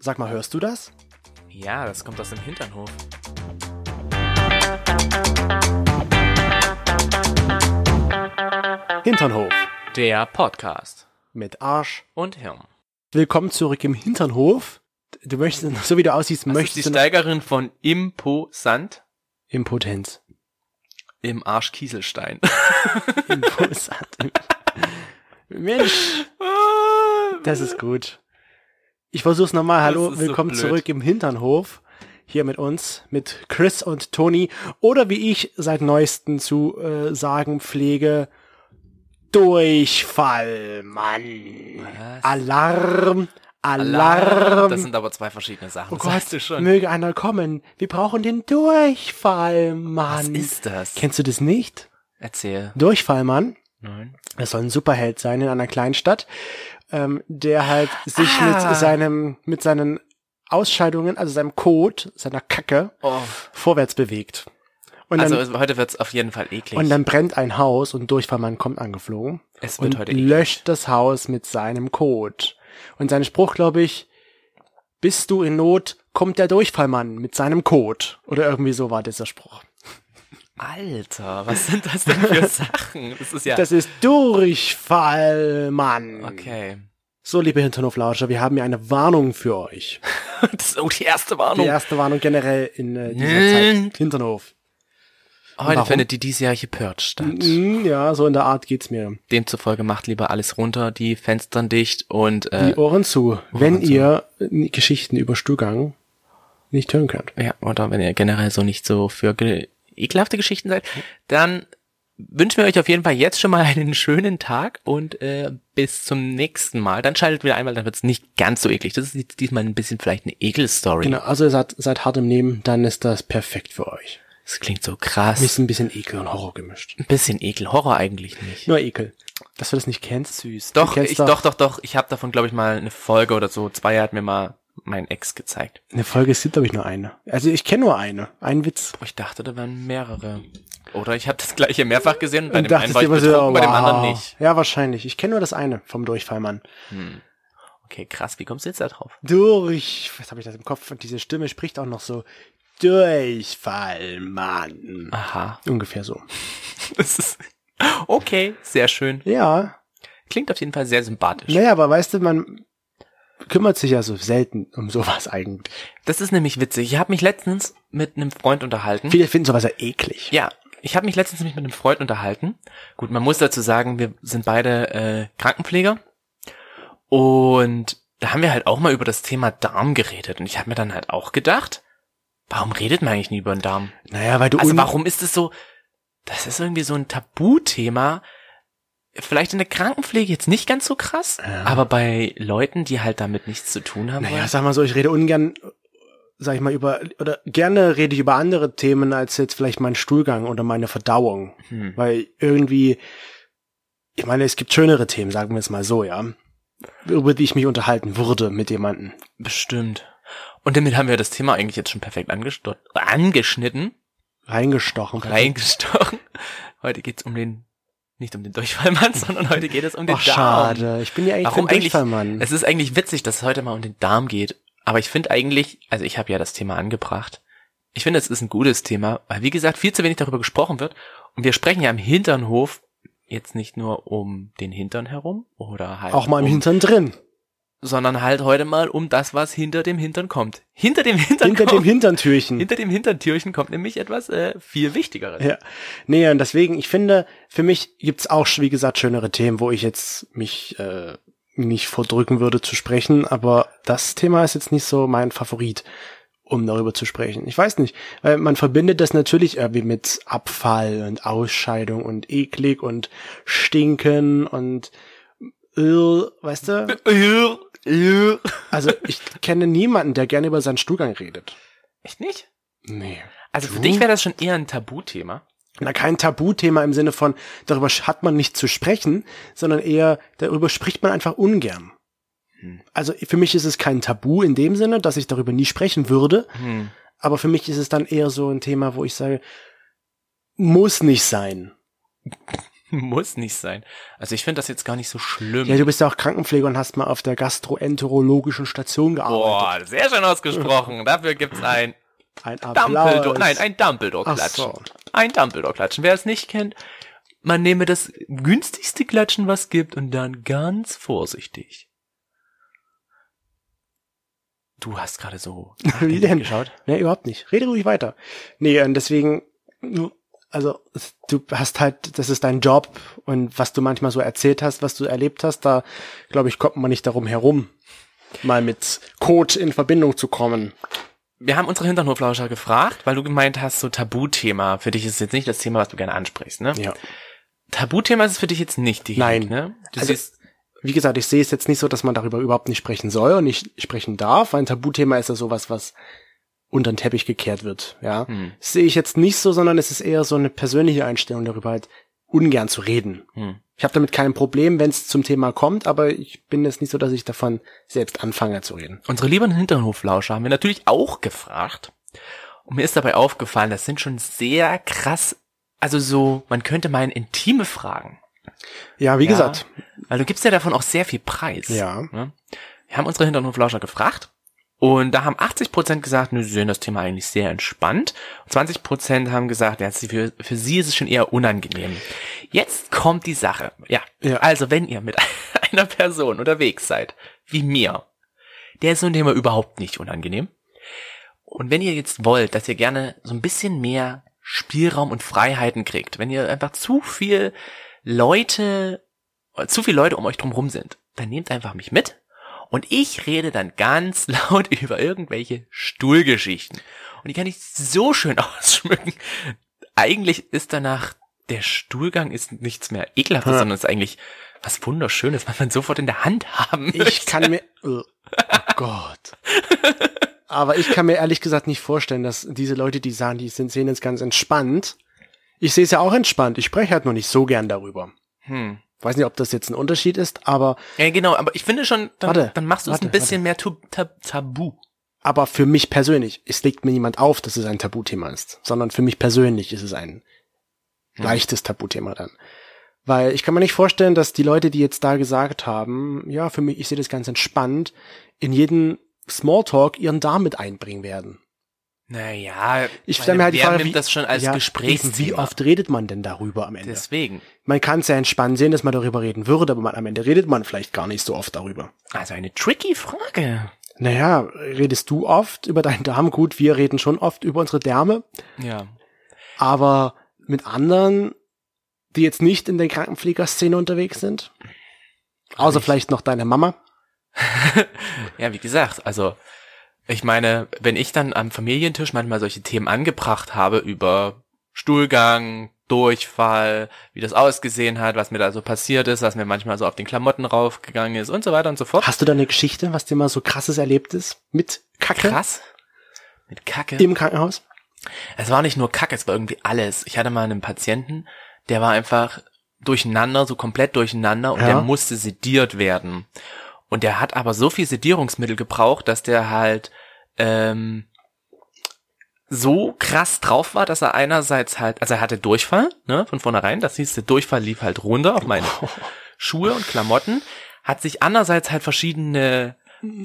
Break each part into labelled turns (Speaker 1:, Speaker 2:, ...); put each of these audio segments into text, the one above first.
Speaker 1: Sag mal, hörst du das?
Speaker 2: Ja, das kommt aus dem Hinternhof.
Speaker 1: Hinternhof
Speaker 2: Der Podcast
Speaker 1: mit Arsch.
Speaker 2: und Hirn.
Speaker 1: Willkommen zurück im Hinternhof. Du möchtest, so wie du aussiehst,
Speaker 2: Das ist die
Speaker 1: möchtest du noch-
Speaker 2: Steigerin von Imposant
Speaker 1: Impotenz.
Speaker 2: im Arsch Kieselstein.
Speaker 1: Imposant. Mensch, das ist gut. Ich versuch's nochmal. Hallo,
Speaker 2: ist so
Speaker 1: willkommen
Speaker 2: blöd.
Speaker 1: zurück im Hinternhof. Hier mit uns, mit Chris und Toni. Oder wie ich seit neuestem zu äh, sagen pflege, Durchfall, Mann.
Speaker 2: Was?
Speaker 1: Alarm, Alarm.
Speaker 2: Das sind aber zwei verschiedene Sachen.
Speaker 1: Oh
Speaker 2: sagst
Speaker 1: Gott,
Speaker 2: du schon.
Speaker 1: möge einer kommen. Wir brauchen den Durchfallmann.
Speaker 2: Was ist das?
Speaker 1: Kennst du das nicht?
Speaker 2: Erzähl.
Speaker 1: Durchfallmann.
Speaker 2: Nein.
Speaker 1: Das soll ein Superheld sein in einer kleinen Stadt, ähm, der halt sich
Speaker 2: Ah.
Speaker 1: mit seinem, mit seinen Ausscheidungen, also seinem Kot, seiner Kacke,
Speaker 2: Oh.
Speaker 1: vorwärts bewegt. Und dann,
Speaker 2: Also es- heute wird's auf jeden Fall eklig.
Speaker 1: und dann brennt ein Haus und Durchfallmann kommt angeflogen
Speaker 2: es wird
Speaker 1: und
Speaker 2: heute eklig.
Speaker 1: löscht das Haus mit seinem Kot. Und sein Spruch, glaube ich, bist du in Not, kommt der Durchfallmann mit seinem Kot. Oder irgendwie so war dieser Spruch.
Speaker 2: Alter, was sind das denn für Sachen? Das ist ja...
Speaker 1: Das ist Durchfallmann.
Speaker 2: okay.
Speaker 1: So, liebe Hinternhoflauscher, wir haben hier eine Warnung für euch.
Speaker 2: Das ist auch die erste
Speaker 1: Die
Speaker 2: Warnung.
Speaker 1: erste Warnung generell in äh, dieser
Speaker 2: Nö.
Speaker 1: Zeit. Hinternhof.
Speaker 2: Heute
Speaker 1: Warum?
Speaker 2: findet die diesjährige Purge statt.
Speaker 1: Mm, ja, so in der Art geht's mir.
Speaker 2: Demzufolge macht lieber alles runter, die Fenstern dicht und äh,
Speaker 1: Die Ohren zu, wenn ihr äh, Geschichten über Stuhlgang nicht hören könnt.
Speaker 2: ja, oder wenn ihr generell so nicht so für ge ekelhafte Geschichten seid, dann wünschen wir euch auf jeden Fall jetzt schon mal einen schönen Tag und äh, bis zum nächsten Mal. Dann schaltet wieder einmal, dann wird's nicht ganz so eklig. Das ist jetzt diesmal ein bisschen vielleicht eine Ekelstory.
Speaker 1: Genau, also ihr seid, seid hart im Nehmen, dann ist das perfekt für euch.
Speaker 2: Das klingt so krass.
Speaker 1: Ist ein bisschen Ekel und Horror gemischt.
Speaker 2: ein bisschen Ekel, Horror eigentlich nicht.
Speaker 1: Nur Ekel. Dass du das nicht kennst? Süß.
Speaker 2: Doch, ich, doch, doch, doch. Ich habe davon, glaube ich, mal eine Folge oder so. Zwei hat mir mal mein Ex gezeigt.
Speaker 1: Eine Folge ist, glaube ich, nur eine. Also ich kenne nur eine. Ein Witz.
Speaker 2: Ich dachte, da wären mehrere. Oder ich habe das gleiche mehrfach gesehen. Bei
Speaker 1: Und
Speaker 2: dem einen
Speaker 1: dachtest
Speaker 2: war ich
Speaker 1: dir immer so,
Speaker 2: betrunken, bei dem
Speaker 1: wow.
Speaker 2: anderen nicht.
Speaker 1: Ja, wahrscheinlich. Ich kenne nur das eine vom Durchfallmann.
Speaker 2: Okay, krass. Wie kommst du jetzt da drauf?
Speaker 1: Durch. Was habe ich das im Kopf? Und diese Stimme spricht auch noch so. Durchfallmann.
Speaker 2: Aha.
Speaker 1: Ungefähr so.
Speaker 2: Das ist okay, sehr schön.
Speaker 1: Ja.
Speaker 2: Klingt auf jeden Fall sehr sympathisch.
Speaker 1: Naja, aber weißt du, man kümmert sich ja so selten um sowas eigentlich.
Speaker 2: Das ist nämlich witzig. Ich habe mich letztens mit einem Freund unterhalten.
Speaker 1: Viele finden sowas ja eklig.
Speaker 2: Hm? Ja, ich habe mich letztens nämlich mit einem Freund unterhalten. Gut, man muss dazu sagen, wir sind beide äh, Krankenpfleger. Und da haben wir halt auch mal über das Thema Darm geredet. Und ich habe mir dann halt auch gedacht, warum redet man eigentlich nie über den Darm?
Speaker 1: Naja, weil du
Speaker 2: Also
Speaker 1: un-
Speaker 2: warum ist es so, das ist irgendwie so ein Tabuthema. Vielleicht in der Krankenpflege jetzt nicht ganz so krass,
Speaker 1: Ja.
Speaker 2: aber bei Leuten, die halt damit nichts zu tun haben.
Speaker 1: Naja,
Speaker 2: wollen-
Speaker 1: sag mal so, ich rede ungern, sag ich mal, über, oder gerne rede ich über andere Themen als jetzt vielleicht meinen Stuhlgang oder meine Verdauung.
Speaker 2: Hm.
Speaker 1: Weil irgendwie, ich meine, es gibt schönere Themen, sagen wir es mal so, ja. Über die ich mich unterhalten würde mit jemandem.
Speaker 2: bestimmt. Und damit haben wir das Thema eigentlich jetzt schon perfekt angesto- angeschnitten,
Speaker 1: Reingestochen.
Speaker 2: reingestochen. Heute geht's um den, nicht um den Durchfallmann, sondern heute geht es um den
Speaker 1: Ach,
Speaker 2: Darm.
Speaker 1: schade. Ich bin ja eigentlich
Speaker 2: Warum
Speaker 1: kein
Speaker 2: eigentlich?
Speaker 1: Durchfallmann.
Speaker 2: Mhm. Es ist eigentlich witzig, dass es heute mal um den Darm geht. Aber ich finde eigentlich, also ich habe ja das Thema angebracht. Ich finde, es ist ein gutes Thema, weil wie gesagt, viel zu wenig darüber gesprochen wird. Und wir sprechen ja im Hinternhof jetzt nicht nur um den Hintern herum oder halt
Speaker 1: Auch mal im
Speaker 2: um,
Speaker 1: Hintern drin.
Speaker 2: sondern halt heute mal um das, was hinter dem Hintern kommt. Hinter dem Hintern
Speaker 1: Hinter dem
Speaker 2: kommt,
Speaker 1: Hinterntürchen.
Speaker 2: hinter dem Hintertürchen kommt nämlich etwas äh, viel Wichtigeres.
Speaker 1: Ja. Nee, und deswegen, ich finde, für mich gibt's auch, wie gesagt, schönere Themen, wo ich jetzt mich äh, nicht vordrücken würde zu sprechen, aber das Thema ist jetzt nicht so mein Favorit, um darüber zu sprechen. Ich weiß nicht, weil man verbindet das natürlich irgendwie mit Abfall und Ausscheidung und eklig und stinken und irr, weißt du? Also ich kenne niemanden, der gerne über seinen Stuhlgang redet.
Speaker 2: Echt nicht?
Speaker 1: Nee.
Speaker 2: Also für
Speaker 1: Du?
Speaker 2: dich wäre das schon eher ein Tabuthema.
Speaker 1: Na, kein Tabuthema im Sinne von, darüber sch- hat man nicht zu sprechen, sondern eher, darüber spricht man einfach ungern.
Speaker 2: Hm.
Speaker 1: Also für mich ist es kein Tabu in dem Sinne, dass ich darüber nie sprechen würde,
Speaker 2: Hm.
Speaker 1: aber für mich ist es dann eher so ein Thema, wo ich sage, muss nicht sein.
Speaker 2: Muss nicht sein. Also ich finde das jetzt gar nicht so schlimm.
Speaker 1: Ja, du bist ja auch Krankenpfleger und hast mal auf der gastroenterologischen Station gearbeitet.
Speaker 2: Boah, sehr schön ausgesprochen. Dafür gibt's ein
Speaker 1: Ein
Speaker 2: Dumbledore.
Speaker 1: Applaus.
Speaker 2: Nein, ein
Speaker 1: Ach
Speaker 2: Dumbledore-Klatschen.
Speaker 1: so.
Speaker 2: Ein Dumbledore-Klatschen. Wer es nicht kennt, man nehme das günstigste Klatschen, was gibt, und dann ganz vorsichtig. Du hast gerade so
Speaker 1: Wie denn?
Speaker 2: geschaut.
Speaker 1: Nee, Ne, überhaupt nicht. Rede ruhig weiter. Nee, und deswegen, nur- also es- du hast halt, das ist dein Job und was du manchmal so erzählt hast, was du erlebt hast, da glaube ich, kommt man nicht darum herum, mal mit Code in Verbindung zu kommen.
Speaker 2: Wir haben unsere Hinterhoflauscher gefragt, weil du gemeint hast, so Tabuthema. Für dich ist es jetzt nicht das Thema, was du gerne ansprichst, ne?
Speaker 1: Ja.
Speaker 2: Tabuthema ist es für dich jetzt nicht, die
Speaker 1: Nein.
Speaker 2: ne? Du
Speaker 1: Also-
Speaker 2: siehst,
Speaker 1: Wie gesagt, ich sehe es jetzt nicht so, dass man darüber überhaupt nicht sprechen soll und nicht sprechen darf. Ein Tabuthema ist ja sowas, was unter den Teppich gekehrt wird, ja.
Speaker 2: hm,
Speaker 1: Das sehe ich jetzt nicht so, sondern es ist eher so eine persönliche Einstellung darüber halt ungern zu reden.
Speaker 2: hm.
Speaker 1: Ich habe damit kein Problem, wenn es zum Thema kommt, aber ich bin jetzt nicht so, dass ich davon selbst anfange zu reden.
Speaker 2: Unsere lieben Hinterhoflauscher haben wir natürlich auch gefragt. Und mir ist dabei aufgefallen, das sind schon sehr krass, also so, man könnte meinen, intime Fragen.
Speaker 1: Ja, wie
Speaker 2: Ja.
Speaker 1: gesagt.
Speaker 2: Weil du gibst ja davon auch sehr viel Preis.
Speaker 1: Ja.
Speaker 2: Ne? Wir haben unsere Hinterhoflauscher gefragt und da haben 80% gesagt, nö, sie sehen das Thema eigentlich sehr entspannt. 20% haben gesagt, ja, sie- für, für sie ist es schon eher unangenehm. Jetzt kommt die Sache. Ja.
Speaker 1: Ja.
Speaker 2: Also, wenn ihr mit einer Person unterwegs seid, wie mir, der ist so ein Thema überhaupt nicht unangenehm. Und wenn ihr jetzt wollt, dass ihr gerne so ein bisschen mehr Spielraum und Freiheiten kriegt, wenn ihr einfach zu viel Leute, zu viele Leute um euch drumherum sind, dann nehmt einfach mich mit und ich rede dann ganz laut über irgendwelche Stuhlgeschichten. Und die kann ich so schön ausschmücken. Eigentlich ist danach der Stuhlgang ist nichts mehr ekelhaftes,
Speaker 1: Ja.
Speaker 2: sondern ist eigentlich was wunderschönes, was man sofort in der Hand haben
Speaker 1: Ich kann mir, oh Gott. Aber ich kann mir ehrlich gesagt nicht vorstellen, dass diese Leute, die sagen, die sind, sehen es ganz entspannt. Ich sehe es ja auch entspannt. Ich spreche halt nur nicht so gern darüber.
Speaker 2: Hm.
Speaker 1: Weiß nicht, ob das jetzt ein Unterschied ist, aber,
Speaker 2: Ja, genau, aber ich finde schon, dann,
Speaker 1: Warte,
Speaker 2: dann machst du es
Speaker 1: warte,
Speaker 2: ein bisschen mehr tu, tab, tabu.
Speaker 1: aber für mich persönlich, es legt mir niemand auf, dass es ein Tabuthema ist, sondern für mich persönlich ist es ein leichtes Tabuthema dann. Weil ich kann mir nicht vorstellen, dass die Leute, die jetzt da gesagt haben, ja, für mich, ich sehe das ganz entspannt, in jeden Smalltalk ihren Darm mit einbringen werden.
Speaker 2: Naja,
Speaker 1: Ich
Speaker 2: meine,
Speaker 1: stelle mir halt die
Speaker 2: wer
Speaker 1: Frage,
Speaker 2: nimmt
Speaker 1: wie,
Speaker 2: das schon als
Speaker 1: ja,
Speaker 2: Gesprächsthema?
Speaker 1: eben, Wie oft redet man denn darüber am Ende?
Speaker 2: Deswegen.
Speaker 1: man kann es ja entspannt sehen, dass man darüber reden würde, aber man, am Ende redet man vielleicht gar nicht so oft darüber.
Speaker 2: Also eine tricky Frage.
Speaker 1: Naja, redest du oft über deinen Darm? Gut, wir reden schon oft über unsere Därme,
Speaker 2: Ja.
Speaker 1: aber mit anderen, die jetzt nicht in der Krankenpflegerszene unterwegs sind? Außer vielleicht noch deine Mama.
Speaker 2: Ja, wie gesagt, also ich meine, wenn ich dann am Familientisch manchmal solche Themen angebracht habe über Stuhlgang, Durchfall, wie das ausgesehen hat, was mir da so passiert ist, was mir manchmal so auf den Klamotten raufgegangen ist und so weiter und so fort.
Speaker 1: Hast du da eine Geschichte, was dir mal so krasses erlebt ist? Mit Kacke
Speaker 2: Krass. Mit Kacke.
Speaker 1: im Krankenhaus?
Speaker 2: Es war nicht nur Kacke, es war irgendwie alles. Ich hatte mal einen Patienten, der war einfach durcheinander, so komplett durcheinander und
Speaker 1: Ja.
Speaker 2: der musste sediert werden. Und der hat aber so viel Sedierungsmittel gebraucht, dass der halt ähm, so krass drauf war, dass er einerseits halt, also er hatte Durchfall, ne, von vornherein, das hieß, der Durchfall lief halt runter auf meine Schuhe und Klamotten, hat sich andererseits halt verschiedene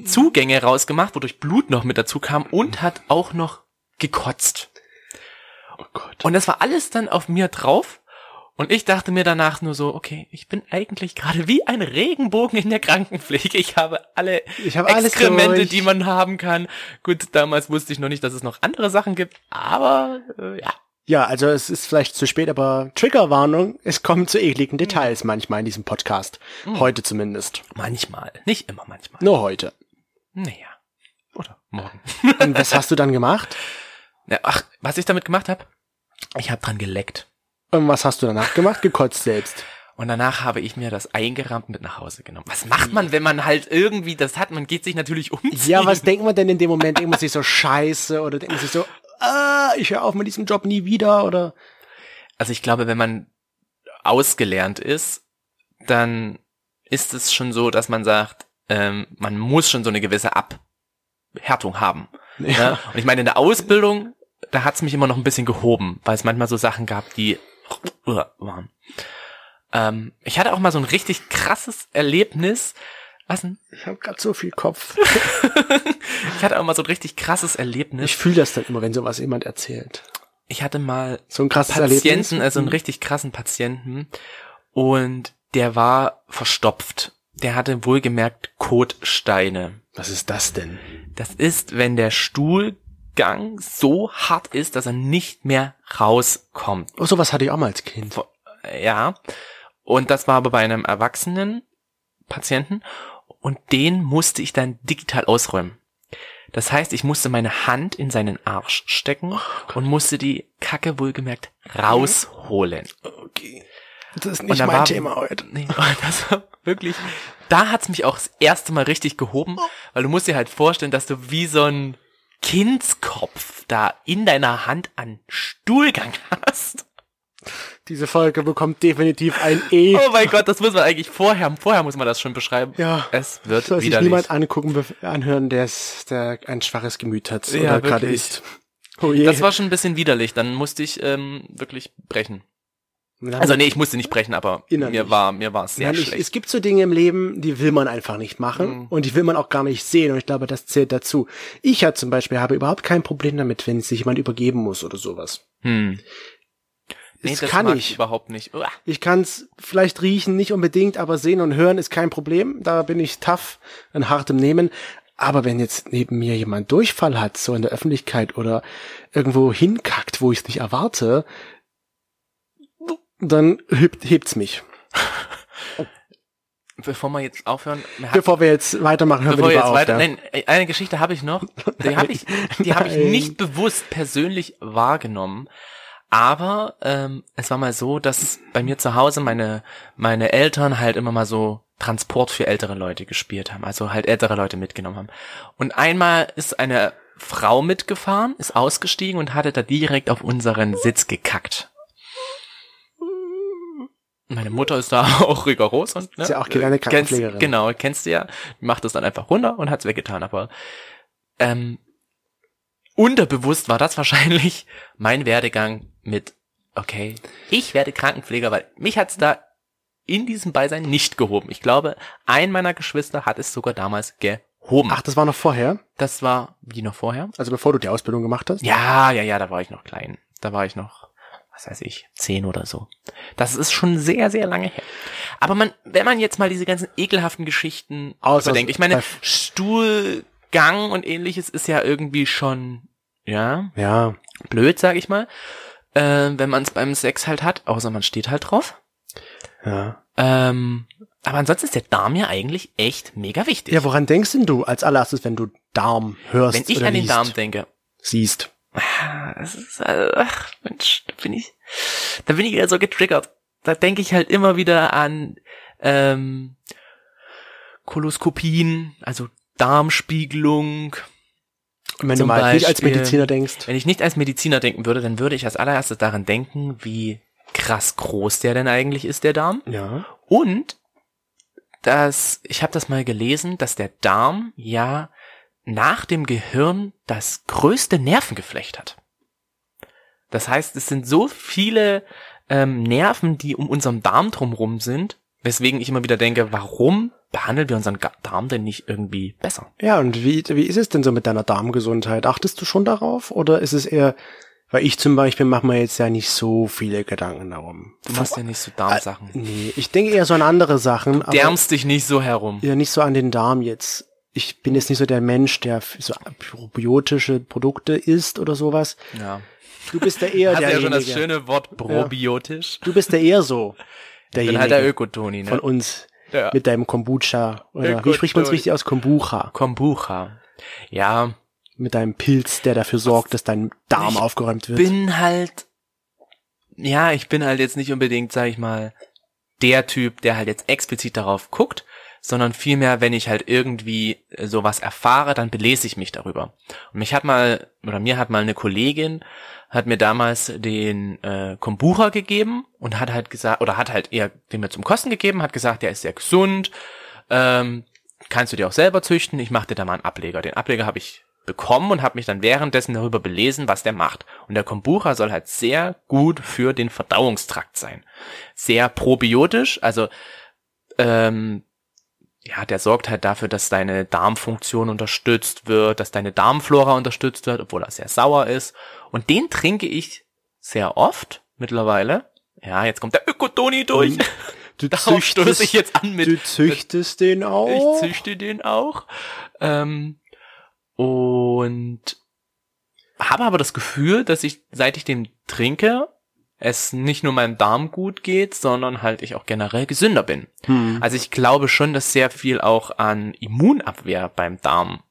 Speaker 2: Zugänge rausgemacht, wodurch Blut noch mit dazu kam und hat auch noch gekotzt.
Speaker 1: Oh Gott.
Speaker 2: Und das war alles dann auf mir drauf. Und ich dachte mir danach nur so, okay, ich bin eigentlich gerade wie ein Regenbogen in der Krankenpflege. Ich habe alle
Speaker 1: Ich habe alles
Speaker 2: Exkremente,
Speaker 1: durch.
Speaker 2: die man haben kann. Gut, damals wusste ich noch nicht, dass es noch andere Sachen gibt, aber äh, ja.
Speaker 1: Ja, also es ist vielleicht zu spät, aber Triggerwarnung, es kommen zu ekligen
Speaker 2: Mhm.
Speaker 1: Details manchmal in diesem Podcast. Heute zumindest.
Speaker 2: Manchmal. Nicht immer manchmal.
Speaker 1: Nur heute.
Speaker 2: Naja. Oder morgen.
Speaker 1: Und was hast du dann gemacht?
Speaker 2: Na, ach, was ich damit gemacht habe? Ich habe dran geleckt.
Speaker 1: Und was hast du danach gemacht? Gekotzt selbst.
Speaker 2: Und danach habe ich mir das eingerahmt mit nach Hause genommen. Was macht man, wenn man halt irgendwie das hat? Man geht sich natürlich umziehen.
Speaker 1: Ja, was denkt man denn in dem Moment? Denkt man sich so scheiße oder denkt man sich so, ah, ich höre auf mit diesem Job nie wieder oder
Speaker 2: Also ich glaube, wenn man ausgelernt ist, dann ist es schon so, dass man sagt, ähm, man muss schon so eine gewisse Abhärtung haben. Ne? Und ich meine, in der Ausbildung, da hat's mich immer noch ein bisschen gehoben, weil es manchmal so Sachen gab, die waren. Ähm, ich hatte auch mal so ein richtig krasses Erlebnis. Was denn?
Speaker 1: Ich habe gerade so viel Kopf.
Speaker 2: Ich hatte auch mal so ein richtig krasses Erlebnis.
Speaker 1: Ich fühle das dann immer, wenn sowas jemand erzählt.
Speaker 2: Ich hatte mal
Speaker 1: So ein krasses Erlebnis.
Speaker 2: Patienten, also einen richtig krassen Patienten. Und der war verstopft. Der hatte wohlgemerkt Kotsteine.
Speaker 1: Was ist das denn?
Speaker 2: Das ist, wenn der Stuhlgang so hart ist, dass er nicht mehr rauskommt.
Speaker 1: Oh, sowas hatte ich auch mal als Kind.
Speaker 2: Ja. Und das war aber bei einem erwachsenen Patienten. Und den musste ich dann digital ausräumen. Das heißt, ich musste meine Hand in seinen Arsch stecken und musste die Kacke wohlgemerkt rausholen.
Speaker 1: Okay. Das ist
Speaker 2: Und
Speaker 1: nicht
Speaker 2: da
Speaker 1: mein
Speaker 2: war-
Speaker 1: Thema heute.
Speaker 2: Nee, aber das war wirklich, da hat's mich auch das erste Mal richtig gehoben,
Speaker 1: Oh.
Speaker 2: weil du musst dir halt vorstellen, dass du wie so ein Kindskopf da in deiner Hand an Stuhlgang hast.
Speaker 1: Diese Folge bekommt definitiv ein E.
Speaker 2: Oh mein Gott, das muss man eigentlich vorher, vorher muss man das schon beschreiben.
Speaker 1: Ja.
Speaker 2: Es wird
Speaker 1: Soll sich
Speaker 2: widerlich.
Speaker 1: niemand angucken, bef- anhören, der, es- der ein schwaches Gemüt hat
Speaker 2: Ja,
Speaker 1: oder gerade
Speaker 2: wirklich.
Speaker 1: ist. Oh je.
Speaker 2: Das war schon ein bisschen widerlich, dann musste ich ähm, wirklich brechen.
Speaker 1: Dann-
Speaker 2: Also nee, ich musste nicht brechen, aber
Speaker 1: Innerlich.
Speaker 2: mir war mir war es sehr
Speaker 1: Nein, ich,
Speaker 2: schlecht.
Speaker 1: es gibt so Dinge im Leben, die will man einfach nicht machen
Speaker 2: Mhm.
Speaker 1: und die will man auch gar nicht sehen und ich glaube, das zählt dazu. Ich ja zum Beispiel habe überhaupt kein Problem damit, wenn sich jemand übergeben muss oder sowas.
Speaker 2: Hm. Nee,
Speaker 1: das
Speaker 2: das
Speaker 1: kann
Speaker 2: mag
Speaker 1: ich.
Speaker 2: überhaupt nicht. Uah.
Speaker 1: Ich kann es vielleicht riechen, nicht unbedingt, aber sehen und hören ist kein Problem. Da bin ich tough, in hartem Nehmen. Aber wenn jetzt neben mir jemand Durchfall hat, so in der Öffentlichkeit oder irgendwo hinkackt, wo ich es nicht erwarte, dann hebt, hebt's mich.
Speaker 2: Bevor wir jetzt aufhören, mir hat-
Speaker 1: Bevor wir jetzt weitermachen, hören
Speaker 2: Bevor
Speaker 1: wir
Speaker 2: wir
Speaker 1: lieber
Speaker 2: jetzt
Speaker 1: auf.
Speaker 2: weiter,
Speaker 1: ja.
Speaker 2: nein, eine Geschichte habe ich noch. Die habe ich, die habe ich
Speaker 1: Nein.
Speaker 2: nicht bewusst persönlich wahrgenommen. Aber ähm, es war mal so, dass bei mir zu Hause meine meine Eltern halt immer mal so Transport für ältere Leute gespielt haben, also halt ältere Leute mitgenommen haben. Und einmal ist eine Frau mitgefahren, ist ausgestiegen und hatte da direkt auf unseren Sitz gekackt. Meine Mutter ist da auch rigoros und ne,
Speaker 1: Ist ja auch keine Krankenpflegerin.
Speaker 2: Kennst, genau, kennst du ja. Macht es dann einfach runter und hat's weggetan. Aber ähm, unterbewusst war das wahrscheinlich mein Werdegang mit, okay, ich werde Krankenpfleger, weil mich hat's da in diesem Beisein nicht gehoben. Ich glaube, ein meiner Geschwister hat es sogar damals gehoben.
Speaker 1: Ach, das war noch vorher,
Speaker 2: das war wie noch vorher?
Speaker 1: also bevor du die Ausbildung gemacht hast?
Speaker 2: Ja, ja, ja, da war ich noch klein. Da war ich noch, was weiß ich, zehn oder so. Das ist schon sehr, sehr lange her. Aber man, wenn man jetzt mal diese ganzen ekelhaften Geschichten
Speaker 1: Außer-
Speaker 2: bedenkt, ich meine,
Speaker 1: bei-
Speaker 2: Stuhlgang und ähnliches ist ja irgendwie schon, ja,
Speaker 1: Ja.
Speaker 2: blöd, sag ich mal, äh, wenn man es beim Sex halt hat, außer man steht halt drauf.
Speaker 1: Ja.
Speaker 2: Ähm, aber ansonsten ist der Darm ja eigentlich echt mega wichtig.
Speaker 1: Ja, woran denkst denn du als allererstes, wenn du Darm hörst
Speaker 2: wenn ich
Speaker 1: oder
Speaker 2: an den
Speaker 1: liest,
Speaker 2: Darm denke,
Speaker 1: siehst?
Speaker 2: Ah, das ist, also, ach Mensch, da bin ich, da bin ich wieder so getriggert. Da denke ich halt immer wieder an ähm, Koloskopien, also Darmspiegelung.
Speaker 1: Und wenn
Speaker 2: Zum
Speaker 1: du mal nicht als
Speaker 2: Beispiel-
Speaker 1: Mediziner denkst,
Speaker 2: Wenn ich nicht als Mediziner denken würde, dann würde ich als allererstes daran denken, wie krass groß der denn eigentlich ist, der Darm.
Speaker 1: ja,
Speaker 2: Und dass ich habe das mal gelesen, dass der Darm ja nach dem Gehirn das größte Nervengeflecht hat. Das heißt, es sind so viele ähm, Nerven, die um unseren Darm drumherum sind, weswegen ich immer wieder denke, warum behandeln wir unseren Ga- Darm denn nicht irgendwie besser?
Speaker 1: ja. Und wie wie ist es denn so mit deiner Darmgesundheit? Achtest du schon darauf oder ist es eher, weil ich zum Beispiel mache mir jetzt ja nicht so viele Gedanken darum.
Speaker 2: Du machst ja nicht so Darmsachen.
Speaker 1: Nee, ich denke eher so an andere Sachen, Äh, aber
Speaker 2: Därmst dich nicht so herum.
Speaker 1: ja nicht so an den Darm jetzt. Ich bin jetzt nicht so der Mensch, der f- so probiotische Produkte isst oder sowas.
Speaker 2: Ja.
Speaker 1: Du bist da eher
Speaker 2: Hast ja
Speaker 1: derjenige.
Speaker 2: schon das schöne Wort probiotisch.
Speaker 1: Du bist da eher so
Speaker 2: Bin
Speaker 1: derjenige
Speaker 2: halt der Ökotoni, ne?
Speaker 1: von uns.
Speaker 2: ja.
Speaker 1: mit deinem Kombucha oder
Speaker 2: Ja,
Speaker 1: wie
Speaker 2: gut,
Speaker 1: spricht man es
Speaker 2: sorry.
Speaker 1: richtig aus? Kombucha.
Speaker 2: Kombucha. Ja,
Speaker 1: Mit deinem Pilz, der dafür sorgt, dass dein Darm
Speaker 2: Ich
Speaker 1: aufgeräumt wird.
Speaker 2: bin halt, ja, ich bin halt jetzt nicht unbedingt, sag ich mal, der Typ, der halt jetzt explizit darauf guckt, sondern vielmehr, wenn ich halt irgendwie äh, sowas erfahre, dann belese ich mich darüber. Und mich hat mal, oder mir hat mal eine Kollegin, hat mir damals den äh, Kombucha gegeben und hat halt gesagt, oder hat halt eher den mir zum Kosten gegeben, hat gesagt, der ist sehr gesund, ähm, kannst du dir auch selber züchten, ich mach dir da mal einen Ableger. Den Ableger habe ich bekommen und habe mich dann währenddessen darüber belesen, was der macht. Und der Kombucha soll halt sehr gut für den Verdauungstrakt sein. Sehr probiotisch, also ähm, ja, der sorgt halt dafür, dass deine Darmfunktion unterstützt wird, dass deine Darmflora unterstützt wird, obwohl er sehr sauer ist. Und den trinke ich sehr oft mittlerweile. Ja, jetzt kommt der Ökotoni durch.
Speaker 1: Und Du
Speaker 2: Darauf stöße ich jetzt an mit
Speaker 1: du züchtest den auch.
Speaker 2: ich züchte den auch. Ähm, und habe aber das Gefühl, dass ich, seit ich den trinke, es nicht nur meinem Darm gut geht, sondern halt ich auch generell gesünder bin.
Speaker 1: Hm.
Speaker 2: Also ich glaube schon, dass sehr viel auch an Immunabwehr beim Darm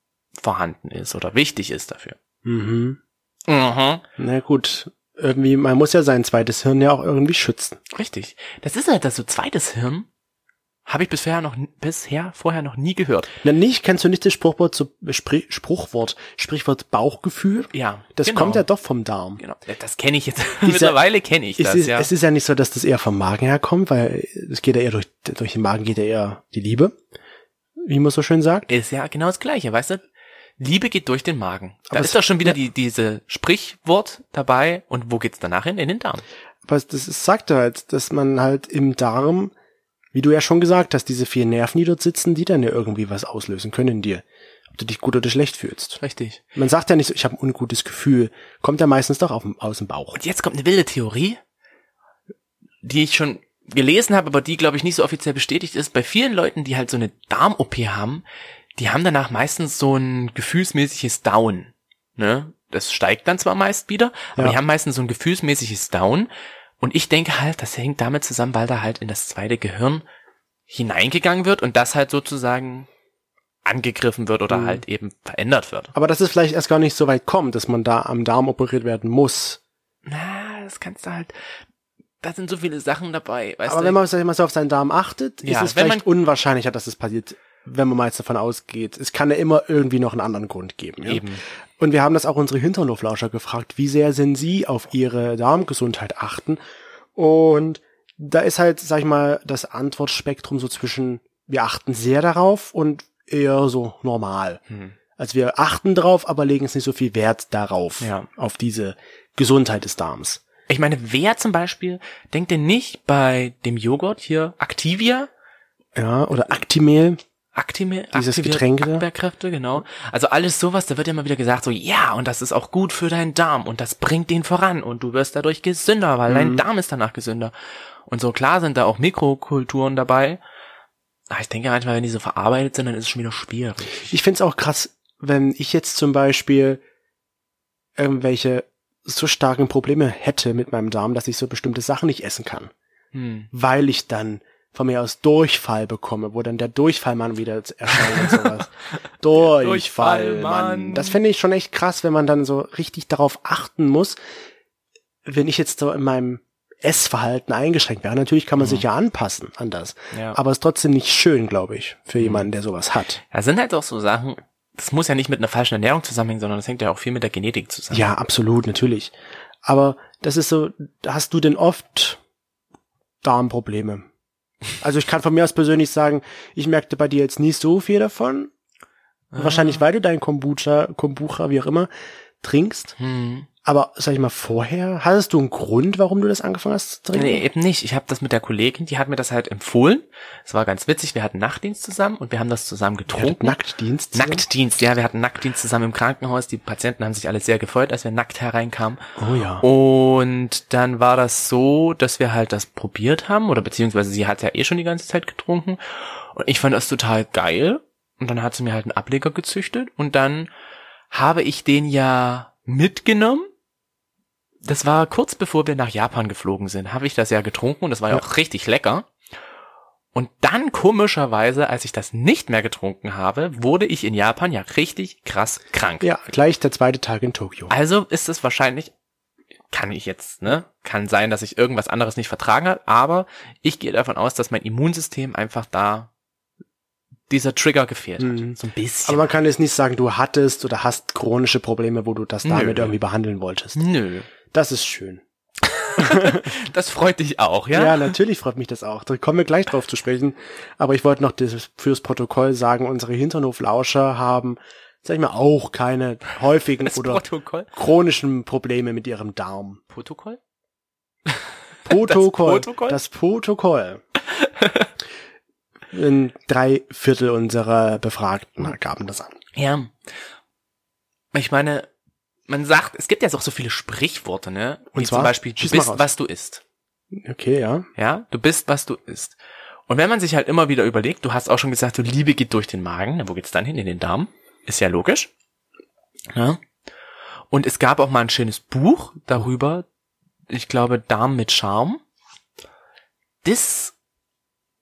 Speaker 2: vorhanden ist oder wichtig ist dafür.
Speaker 1: Mhm.
Speaker 2: Mhm.
Speaker 1: Na gut. Irgendwie, man muss ja sein zweites Hirn ja auch irgendwie schützen.
Speaker 2: Richtig. Das ist halt das so zweites Hirn. Habe ich bisher noch bisher vorher noch nie gehört.
Speaker 1: Na nicht, kennst du nicht das Spruchwort, zu, Spr Spruchwort, Sprichwort Bauchgefühl?
Speaker 2: Ja.
Speaker 1: Das kommt ja doch vom Darm.
Speaker 2: Genau. Das kenne ich jetzt. Mittlerweile kenne ich das,
Speaker 1: es, ist,
Speaker 2: ja.
Speaker 1: es ist ja nicht so, dass das eher vom Magen herkommt, weil es geht ja eher durch, durch den Magen geht ja eher die Liebe, wie man so schön sagt.
Speaker 2: ist ja genau das Gleiche, weißt du? Liebe geht durch den Magen. Da
Speaker 1: Aber
Speaker 2: ist
Speaker 1: es- ne
Speaker 2: doch schon wieder die, diese Sprichwort dabei. Und wo geht's danach hin? In den Darm.
Speaker 1: Aber das ist, sagt er halt, dass man halt im Darm, wie du ja schon gesagt hast, diese vier Nerven, die dort sitzen, die dann ja irgendwie was auslösen können in dir. Ob du dich gut oder schlecht fühlst.
Speaker 2: Richtig.
Speaker 1: Man sagt ja nicht so, ich habe ein ungutes Gefühl. Kommt ja meistens doch auf, dem- aus dem Bauch.
Speaker 2: Und jetzt kommt eine wilde Theorie, die ich schon gelesen habe, aber die, glaube ich, nicht so offiziell bestätigt ist. Bei vielen Leuten, die halt so eine Darm-OP haben, die haben danach meistens so ein gefühlsmäßiges Down. Ne? Das steigt dann zwar meist wieder, aber
Speaker 1: Ja.
Speaker 2: die haben meistens so ein gefühlsmäßiges Down. Und ich denke halt, das hängt damit zusammen, weil da halt in das zweite Gehirn hineingegangen wird und das halt sozusagen angegriffen wird oder
Speaker 1: Mhm.
Speaker 2: halt eben verändert wird.
Speaker 1: Aber dass es vielleicht erst gar nicht so weit kommt, dass man da am Darm operiert werden muss.
Speaker 2: Na, das kannst du halt. Da sind so viele Sachen dabei. Weißt
Speaker 1: Aber
Speaker 2: du,
Speaker 1: wenn man, sag ich mal, so auf seinen Darm achtet,
Speaker 2: Ja,
Speaker 1: ist es
Speaker 2: wenn
Speaker 1: vielleicht unwahrscheinlicher, dass es passiert, wenn man mal jetzt davon ausgeht. Es kann ja immer irgendwie noch einen anderen Grund geben. Ja?
Speaker 2: Eben.
Speaker 1: Und wir haben das auch unsere Hinterhoflauscher gefragt, wie sehr sind sie auf ihre Darmgesundheit achten. Und da ist halt, sag ich mal, das Antwortspektrum so zwischen, wir achten sehr darauf und eher so normal.
Speaker 2: Hm.
Speaker 1: Also wir achten drauf, aber legen es nicht so viel Wert darauf,
Speaker 2: Ja.
Speaker 1: auf diese Gesundheit des Darms.
Speaker 2: Ich meine, wer zum Beispiel denkt denn nicht bei dem Joghurt hier Activia?
Speaker 1: Ja, oder Actimel.
Speaker 2: Actime,
Speaker 1: Dieses Getränk da?
Speaker 2: Abwehrkräfte, genau. Also alles sowas, da wird ja immer wieder gesagt, so ja, und das ist auch gut für deinen Darm und das bringt den voran und du wirst dadurch gesünder, weil dein
Speaker 1: Mhm.
Speaker 2: Darm ist danach gesünder. Und so klar sind da auch Mikrokulturen dabei. Aber ich denke manchmal, wenn die so verarbeitet sind, dann ist es schon wieder schwierig.
Speaker 1: Ich find's auch krass, wenn ich jetzt zum Beispiel irgendwelche so starken Probleme hätte mit meinem Darm, dass ich so bestimmte Sachen nicht essen kann,
Speaker 2: Hm.
Speaker 1: weil ich dann von mir aus Durchfall bekomme, wo dann der Durchfallmann wieder zu- erscheint und sowas. Durchfallmann.
Speaker 2: Durchfallmann.
Speaker 1: Das finde ich schon echt krass, wenn man dann so richtig darauf achten muss, wenn ich jetzt so in meinem Essverhalten eingeschränkt wäre. Natürlich kann man sich ja anpassen an das,
Speaker 2: Mhm. Ja. Mhm.
Speaker 1: aber es ist trotzdem nicht schön, glaube ich, für jemanden, der sowas hat.
Speaker 2: Das sind halt auch so Sachen, das muss ja nicht mit einer falschen Ernährung zusammenhängen, sondern das hängt ja auch viel mit der Genetik zusammen.
Speaker 1: Ja, absolut, natürlich. Aber das ist so, hast du denn oft Darmprobleme? Also ich kann von mir aus persönlich sagen, ich merkte bei dir jetzt nicht so viel davon.
Speaker 2: Ah.
Speaker 1: Wahrscheinlich, weil du deinen Kombucha, Kombucha, wie auch immer, trinkst.
Speaker 2: Hm.
Speaker 1: Aber sag ich mal, vorher, hattest du einen Grund, warum du das angefangen hast zu trinken?
Speaker 2: Nee, eben nicht. Ich habe das mit der Kollegin, die hat mir das halt empfohlen. Es war ganz witzig, wir hatten Nachtdienst zusammen und wir haben das zusammen
Speaker 1: Ihr hattet
Speaker 2: getrunken.
Speaker 1: Nacktdienst. zusammen?
Speaker 2: Nacktdienst, ja, wir hatten Nacktdienst zusammen im Krankenhaus. Die Patienten haben sich alle sehr gefreut, als wir nackt hereinkamen.
Speaker 1: Oh ja.
Speaker 2: Und dann war das so, dass wir halt das probiert haben, oder beziehungsweise sie hat ja eh schon die ganze Zeit getrunken. Und ich fand das total geil. Und dann hat sie mir halt einen Ableger gezüchtet. Und dann habe ich den ja mitgenommen. Das war kurz bevor wir nach Japan geflogen sind, habe ich das ja getrunken und das war ja,
Speaker 1: Ja.
Speaker 2: auch richtig lecker. Und dann komischerweise, als ich das nicht mehr getrunken habe, wurde ich in Japan ja richtig krass krank.
Speaker 1: Ja, gleich der zweite Tag in Tokio.
Speaker 2: Also ist es wahrscheinlich, kann ich jetzt, ne? Kann sein, dass ich irgendwas anderes nicht vertragen habe, aber ich gehe davon aus, dass mein Immunsystem einfach da dieser Trigger gefehlt hat.
Speaker 1: Mhm.
Speaker 2: So ein bisschen.
Speaker 1: Aber man kann jetzt nicht sagen, du hattest oder hast chronische Probleme, wo du das
Speaker 2: Nö.
Speaker 1: damit irgendwie behandeln wolltest.
Speaker 2: Nö.
Speaker 1: Das ist schön.
Speaker 2: Das freut dich auch,
Speaker 1: Ja?
Speaker 2: ja?
Speaker 1: natürlich freut mich das auch. Da kommen wir gleich drauf zu sprechen. Aber ich wollte noch das, fürs Protokoll sagen, unsere Hinternhoflauscher haben sag ich mal, auch keine häufigen
Speaker 2: Das
Speaker 1: oder
Speaker 2: Protokoll.
Speaker 1: chronischen Probleme mit ihrem Darm.
Speaker 2: Protokoll?
Speaker 1: Protokoll.
Speaker 2: Protokoll?
Speaker 1: Das Protokoll. In drei Viertel unserer Befragten gaben das an.
Speaker 2: Ja. Ich meine, man sagt, es gibt ja auch so viele Sprichworte, ne?
Speaker 1: Und
Speaker 2: Wie
Speaker 1: zwar?
Speaker 2: zum Beispiel, du
Speaker 1: Schieß mal
Speaker 2: bist,
Speaker 1: raus.
Speaker 2: was du isst.
Speaker 1: Okay, ja.
Speaker 2: Ja, du bist, was du isst. Und wenn man sich halt immer wieder überlegt, du hast auch schon gesagt, du Liebe geht durch den Magen, na, wo geht's dann hin? In den Darm. Ist ja logisch. Ja. Und es gab auch mal ein schönes Buch darüber, ich glaube, Darm mit Charme. Das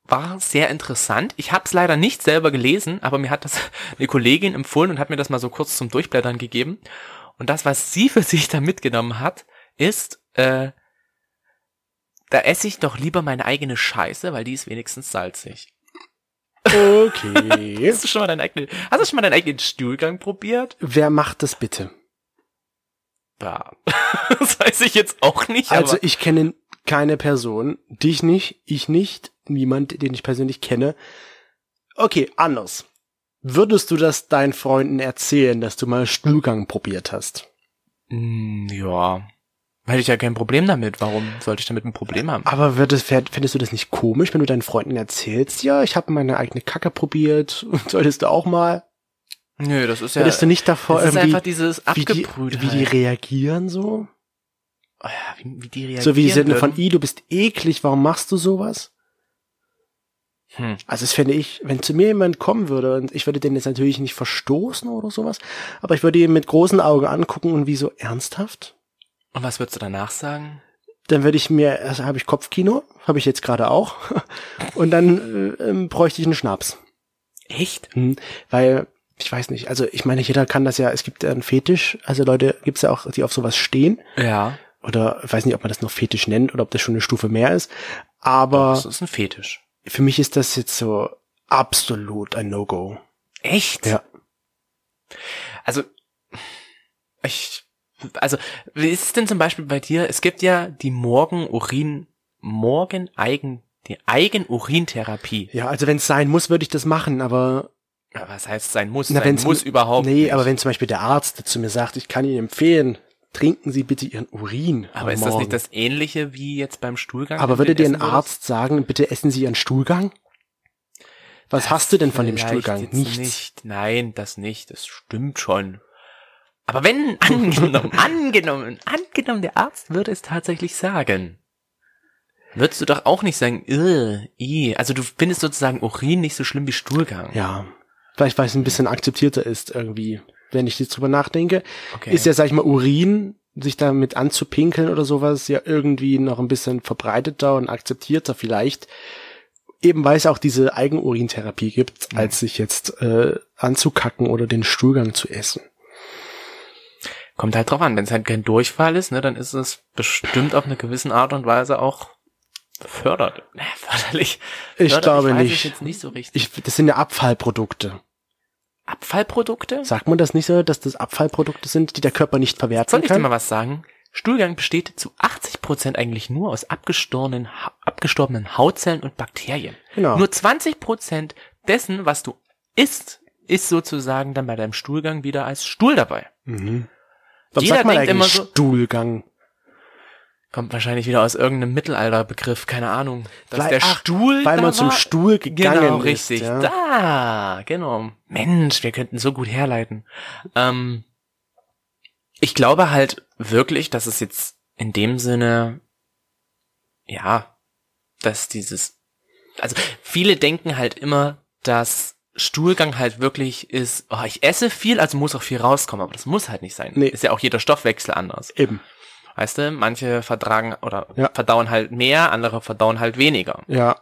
Speaker 2: war sehr interessant. Ich habe es leider nicht selber gelesen, aber mir hat das eine Kollegin empfohlen und hat mir das mal so kurz zum Durchblättern gegeben. Und das, was sie für sich da mitgenommen hat, ist, äh, da esse ich doch lieber meine eigene Scheiße, weil die ist wenigstens salzig.
Speaker 1: Okay.
Speaker 2: Hast du schon mal deinen eigenen, hast du schon mal deinen eigenen Stuhlgang probiert?
Speaker 1: Wer macht das bitte?
Speaker 2: Ja. das weiß ich jetzt auch nicht,
Speaker 1: Also
Speaker 2: aber
Speaker 1: ich kenne keine Person, dich nicht, ich nicht, niemand, den ich persönlich kenne. Okay, anders. Würdest du das deinen Freunden erzählen, dass du mal Stuhlgang probiert hast?
Speaker 2: Hm, ja. Hätte ich ja kein Problem damit. Warum sollte ich damit ein Problem haben?
Speaker 1: Aber würdest, fändest du das nicht komisch, wenn du deinen Freunden erzählst, ja, ich habe meine eigene Kacke probiert, solltest du auch mal?
Speaker 2: Nö, das ist ja.
Speaker 1: Würdest du nicht davor
Speaker 2: das ist
Speaker 1: irgendwie,
Speaker 2: einfach dieses
Speaker 1: wie die,
Speaker 2: abgebrüht.
Speaker 1: wie die reagieren so?
Speaker 2: oh ja, wie, wie die reagieren.
Speaker 1: so wie die Sinne von,
Speaker 2: würden.
Speaker 1: i, du bist eklig, warum machst du sowas?
Speaker 2: Hm.
Speaker 1: Also das fände ich, wenn zu mir jemand kommen würde und ich würde den jetzt natürlich nicht verstoßen oder sowas, aber ich würde ihn mit großen Augen angucken und wie so ernsthaft,
Speaker 2: Und was würdest du danach sagen?
Speaker 1: dann würde ich mir, also habe ich Kopfkino, habe ich jetzt gerade auch, und dann äh, ähm, bräuchte ich einen Schnaps.
Speaker 2: Echt?
Speaker 1: Hm, Weil, ich weiß nicht, also ich meine, jeder kann das ja, es gibt ja einen Fetisch, also Leute gibt's ja auch, die auf sowas stehen,
Speaker 2: Ja.
Speaker 1: oder ich weiß nicht, ob man das noch Fetisch nennt oder ob das schon eine Stufe mehr ist, aber
Speaker 2: Das ist ein Fetisch.
Speaker 1: für mich ist das jetzt so absolut ein No-Go.
Speaker 2: Echt?
Speaker 1: Ja.
Speaker 2: Also, ich, also, wie ist es denn zum Beispiel bei dir? Es gibt ja die Morgenurin, Morgeneigen, die Eigenurintherapie.
Speaker 1: Ja, also wenn es sein muss, würde ich das machen, aber
Speaker 2: Aber was heißt sein muss?
Speaker 1: Na,
Speaker 2: sein
Speaker 1: wenn's-
Speaker 2: muss überhaupt
Speaker 1: nee,
Speaker 2: nicht.
Speaker 1: aber wenn zum Beispiel der Arzt zu mir sagt, ich kann Ihnen empfehlen, trinken Sie bitte Ihren Urin. am
Speaker 2: aber ist das
Speaker 1: Morgen.
Speaker 2: nicht das Ähnliche wie jetzt beim Stuhlgang?
Speaker 1: Aber
Speaker 2: wenn du
Speaker 1: würde dir
Speaker 2: essen
Speaker 1: ein
Speaker 2: würdest?
Speaker 1: Arzt sagen, bitte essen Sie Ihren Stuhlgang? Was
Speaker 2: Das
Speaker 1: hast du denn von dem
Speaker 2: vielleicht
Speaker 1: Stuhlgang?
Speaker 2: jetzt
Speaker 1: Nichts.
Speaker 2: Nicht. Nein, das nicht. Das stimmt schon. Aber wenn, angenommen, angenommen, angenommen, der Arzt würde es tatsächlich sagen. Würdest du doch auch nicht sagen, "Ugh, i. Also du findest sozusagen Urin nicht so schlimm wie Stuhlgang.
Speaker 1: Ja, vielleicht weil es ein bisschen akzeptierter ist irgendwie, wenn ich jetzt drüber nachdenke.
Speaker 2: okay.
Speaker 1: Ist ja, sag ich mal, Urin, sich damit anzupinkeln oder sowas, ja irgendwie noch ein bisschen verbreiteter und akzeptierter vielleicht. Eben weil es auch diese Eigenurintherapie gibt,
Speaker 2: Mhm.
Speaker 1: als sich jetzt äh, anzukacken oder den Stuhlgang zu essen.
Speaker 2: Kommt halt drauf an, wenn es halt kein Durchfall ist, ne, dann ist es bestimmt auf eine gewissen Art und Weise auch fördert. Na, förderlich.
Speaker 1: Ich
Speaker 2: Förderlich
Speaker 1: glaube
Speaker 2: weiß Ich
Speaker 1: nicht.
Speaker 2: jetzt nicht so richtig.
Speaker 1: Ich, das sind ja Abfallprodukte.
Speaker 2: Abfallprodukte?
Speaker 1: Sagt man das nicht so, dass das Abfallprodukte sind, die der Körper nicht verwerten
Speaker 2: Soll ich dir
Speaker 1: kann?
Speaker 2: mal was sagen? Stuhlgang besteht zu 80% eigentlich nur aus abgestorbenen, Ha- abgestorbenen Hautzellen und Bakterien.
Speaker 1: Genau.
Speaker 2: Nur 20% dessen, was du isst, ist sozusagen dann bei deinem Stuhlgang wieder als Stuhl dabei.
Speaker 1: mhm. Warum
Speaker 2: Jeder
Speaker 1: sagt man
Speaker 2: denkt
Speaker 1: eigentlich
Speaker 2: immer so-
Speaker 1: Stuhlgang?
Speaker 2: Kommt wahrscheinlich wieder aus irgendeinem Mittelalterbegriff, keine Ahnung. Dass
Speaker 1: Vielleicht-
Speaker 2: der
Speaker 1: ach,
Speaker 2: Stuhl
Speaker 1: Weil
Speaker 2: da
Speaker 1: man zum
Speaker 2: war.
Speaker 1: Stuhl gegangen
Speaker 2: Genau,
Speaker 1: ist.
Speaker 2: richtig.
Speaker 1: Ja.
Speaker 2: Da, genau. Mensch, wir könnten so gut herleiten. Ähm, ich glaube halt wirklich, dass es jetzt in dem Sinne, ja, dass dieses, also viele denken halt immer, dass Stuhlgang halt wirklich ist, oh, ich esse viel, also muss auch viel rauskommen, aber das muss halt nicht sein.
Speaker 1: Nee.
Speaker 2: Ist ja auch jeder Stoffwechsel anders.
Speaker 1: Eben.
Speaker 2: Weißt du, manche vertragen oder
Speaker 1: Ja.
Speaker 2: verdauen halt mehr, andere verdauen halt weniger.
Speaker 1: Ja.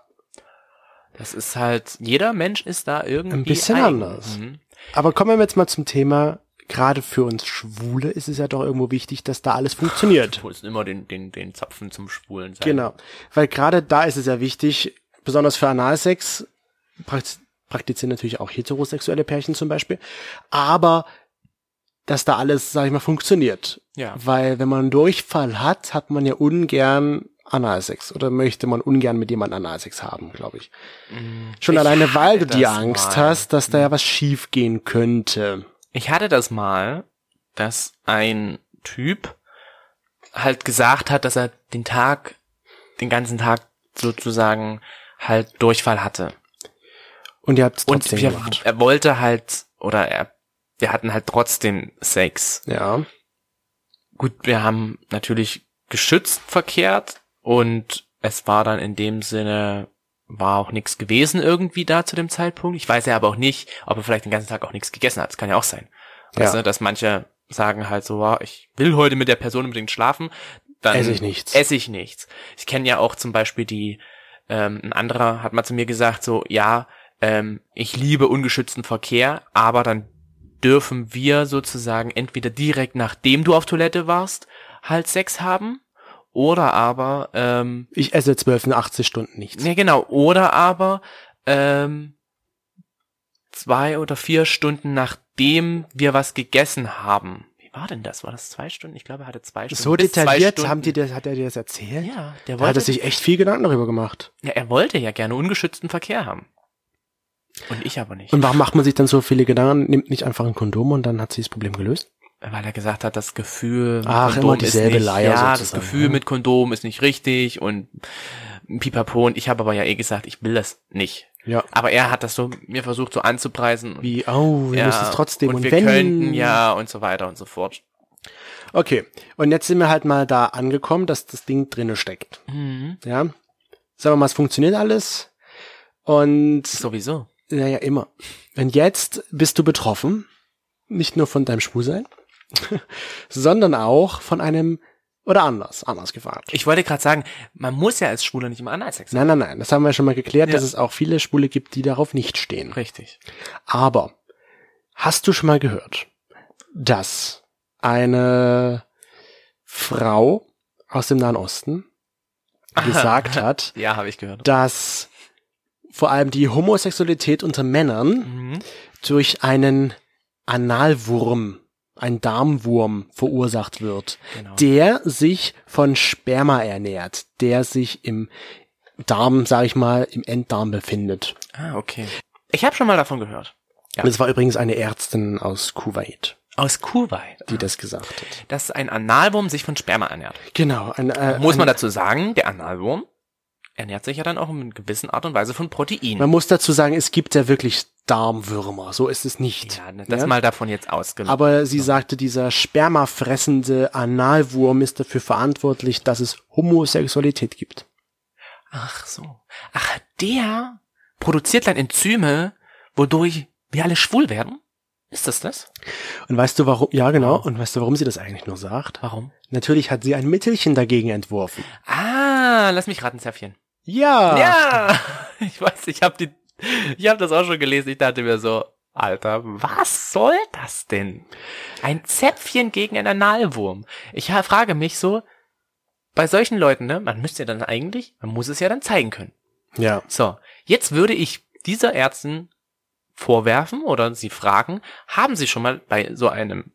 Speaker 2: Das ist halt, jeder Mensch ist da irgendwie
Speaker 1: Ein bisschen
Speaker 2: eigen.
Speaker 1: anders.
Speaker 2: Mhm.
Speaker 1: Aber kommen wir jetzt mal zum Thema, gerade für uns Schwule ist es ja doch irgendwo wichtig, dass da alles funktioniert.
Speaker 2: Du holst immer den, den, den Zapfen zum Schwulen sein.
Speaker 1: Genau. Weil gerade da ist es ja wichtig, besonders für Analsex, praktiz- praktizieren natürlich auch heterosexuelle Pärchen zum Beispiel, aber dass da alles, sag ich mal, funktioniert.
Speaker 2: Ja.
Speaker 1: Weil wenn man Durchfall hat, hat man ja ungern Analsex oder möchte man ungern mit jemandem Analsex haben, glaube ich.
Speaker 2: Mhm.
Speaker 1: Schon
Speaker 2: Ich
Speaker 1: alleine, weil du
Speaker 2: hatte
Speaker 1: die
Speaker 2: das
Speaker 1: Angst
Speaker 2: mal. Mm.
Speaker 1: hast, dass da ja was schief gehen könnte.
Speaker 2: Ich hatte das mal, dass ein Typ halt gesagt hat, dass er den Tag, den ganzen Tag sozusagen halt Durchfall hatte.
Speaker 1: Und ihr habt es
Speaker 2: Und
Speaker 1: trotzdem
Speaker 2: wir,
Speaker 1: gemacht.
Speaker 2: er wollte halt, oder er, wir hatten halt trotzdem Sex.
Speaker 1: Ja.
Speaker 2: Gut, wir haben natürlich geschützt verkehrt und es war dann in dem Sinne, war auch nichts gewesen irgendwie da zu dem Zeitpunkt. Ich weiß ja aber auch nicht, ob er vielleicht den ganzen Tag auch nichts gegessen hat. Das kann ja auch sein.
Speaker 1: Ja.
Speaker 2: Weißt du, dass manche sagen halt so, wow, ich will heute mit der Person unbedingt schlafen. Dann
Speaker 1: Esse ich nichts.
Speaker 2: esse ich nichts. Ich kenne ja auch zum Beispiel die, ähm, ein anderer hat mal zu mir gesagt, so, ja, ähm, ich liebe ungeschützten Verkehr, aber dann dürfen wir sozusagen entweder direkt nachdem du auf Toilette warst, halt Sex haben, oder aber, ähm,
Speaker 1: Ich esse 1280 Stunden nichts.
Speaker 2: ja genau, oder aber, ähm, zwei oder vier Stunden nachdem wir was gegessen haben. Wie war denn das? War das zwei Stunden? Ich glaube, er hatte zwei Stunden.
Speaker 1: So
Speaker 2: Bis zwei
Speaker 1: detailliert
Speaker 2: Stunden.
Speaker 1: haben die das, hat er dir das erzählt?
Speaker 2: Ja, der
Speaker 1: Da hat
Speaker 2: wollte
Speaker 1: er sich echt viel Gedanken darüber gemacht.
Speaker 2: Ja, er wollte ja gerne ungeschützten Verkehr haben. Und ich aber nicht.
Speaker 1: Und warum macht man sich dann so viele Gedanken, nimmt nicht einfach ein Kondom und dann hat sie das Problem gelöst?
Speaker 2: Weil er gesagt hat, das Gefühl mit
Speaker 1: Ach, immer dieselbe
Speaker 2: ist nicht,
Speaker 1: Leier
Speaker 2: ja, das
Speaker 1: sozusagen,
Speaker 2: Gefühl
Speaker 1: ne?
Speaker 2: mit Kondom ist nicht richtig und pipapo. Und ich habe aber ja eh gesagt, ich will das nicht.
Speaker 1: Ja.
Speaker 2: Aber er hat das so mir versucht so anzupreisen. Und,
Speaker 1: Wie, oh, wir
Speaker 2: ja,
Speaker 1: müssen es trotzdem.
Speaker 2: Und, wir
Speaker 1: wenn,
Speaker 2: könnten ja und so weiter und so fort.
Speaker 1: Okay. Und jetzt sind wir halt mal da angekommen, dass das Ding drinne steckt.
Speaker 2: Mhm.
Speaker 1: Ja. Sagen wir mal, es funktioniert alles. Und,
Speaker 2: Sowieso.
Speaker 1: naja, immer. Und jetzt bist du betroffen. Nicht nur von deinem Schwulsein, sondern auch von einem, oder anders, anders gefragt.
Speaker 2: Ich wollte gerade sagen, man muss ja als Schwuler nicht immer Analsex haben.
Speaker 1: Nein, nein, nein. Das haben wir schon mal geklärt,
Speaker 2: Ja.
Speaker 1: dass es auch viele Schwule gibt, die darauf nicht stehen.
Speaker 2: Richtig.
Speaker 1: Aber hast du schon mal gehört, dass eine Frau aus dem Nahen Osten gesagt hat,
Speaker 2: Ja, habe ich gehört.
Speaker 1: dass vor allem die Homosexualität unter Männern
Speaker 2: Mhm.
Speaker 1: durch einen Analwurm, einen Darmwurm verursacht wird,
Speaker 2: Genau.
Speaker 1: der sich von Sperma ernährt, der sich im Darm, sag ich mal, im Enddarm befindet.
Speaker 2: Ah, okay. Ich habe schon mal davon gehört. Ja.
Speaker 1: Das war übrigens eine Ärztin aus Kuwait,
Speaker 2: Aus Kuwait.
Speaker 1: die das gesagt hat.
Speaker 2: dass ein Analwurm sich von Sperma ernährt.
Speaker 1: Genau. Ein, äh,
Speaker 2: Muss
Speaker 1: ein,
Speaker 2: man dazu sagen, der Analwurm ernährt sich ja dann auch in einer gewissen Art und Weise von Protein.
Speaker 1: man muss dazu sagen, es gibt ja wirklich Darmwürmer. So ist es nicht.
Speaker 2: Ja, genau. ne, das mal davon jetzt ausgenommen.
Speaker 1: Aber sie sagte, dieser spermafressende Analwurm ist dafür verantwortlich, dass es Homosexualität gibt.
Speaker 2: Ach so. Ach, der produziert dann Enzyme, wodurch wir alle schwul werden? Ist das das?
Speaker 1: Und weißt du warum? Ja, genau.
Speaker 2: Ja.
Speaker 1: Und weißt du, warum sie das eigentlich nur sagt?
Speaker 2: Warum?
Speaker 1: Natürlich hat sie ein Mittelchen dagegen entworfen.
Speaker 2: Ah, lass mich raten, Zäpfchen.
Speaker 1: Ja.
Speaker 2: Ja, ich weiß, ich habe die, ich habe das auch schon gelesen. Ich dachte mir so, Alter, was soll das denn? Ein Zäpfchen gegen einen Analwurm. Ich ha- frage mich so, bei solchen Leuten, ne, man müsste ja dann eigentlich, man muss es ja dann zeigen können.
Speaker 1: Ja.
Speaker 2: So, jetzt würde ich dieser Ärztin vorwerfen oder sie fragen, haben Sie schon mal bei so einem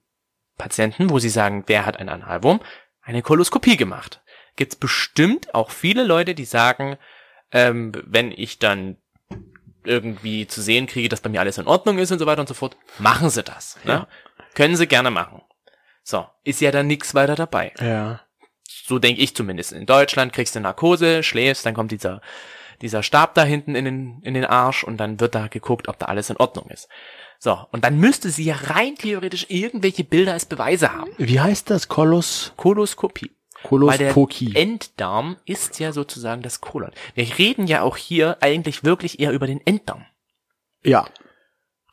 Speaker 2: Patienten, wo Sie sagen, der hat einen Analwurm, eine Koloskopie gemacht? Gibt es bestimmt auch viele Leute, die sagen, ähm, wenn ich dann irgendwie zu sehen kriege, dass bei mir alles in Ordnung ist und so weiter und so fort, machen Sie das. Ne?
Speaker 1: Ja.
Speaker 2: Können Sie gerne machen. So, ist ja dann nichts weiter dabei
Speaker 1: Ja.
Speaker 2: so denke ich zumindest. In Deutschland kriegst du Narkose, schläfst, dann kommt dieser, dieser Stab da hinten in den, in den Arsch und dann wird da geguckt, ob da alles in Ordnung ist. So, und dann müsste sie ja rein theoretisch irgendwelche Bilder als Beweise haben.
Speaker 1: Wie heißt das? Kolos,
Speaker 2: Koloskopie. Weil der
Speaker 1: Kolospoki.
Speaker 2: Enddarm ist ja sozusagen das Kolon. Wir reden ja auch hier eigentlich wirklich eher über den Enddarm.
Speaker 1: Ja.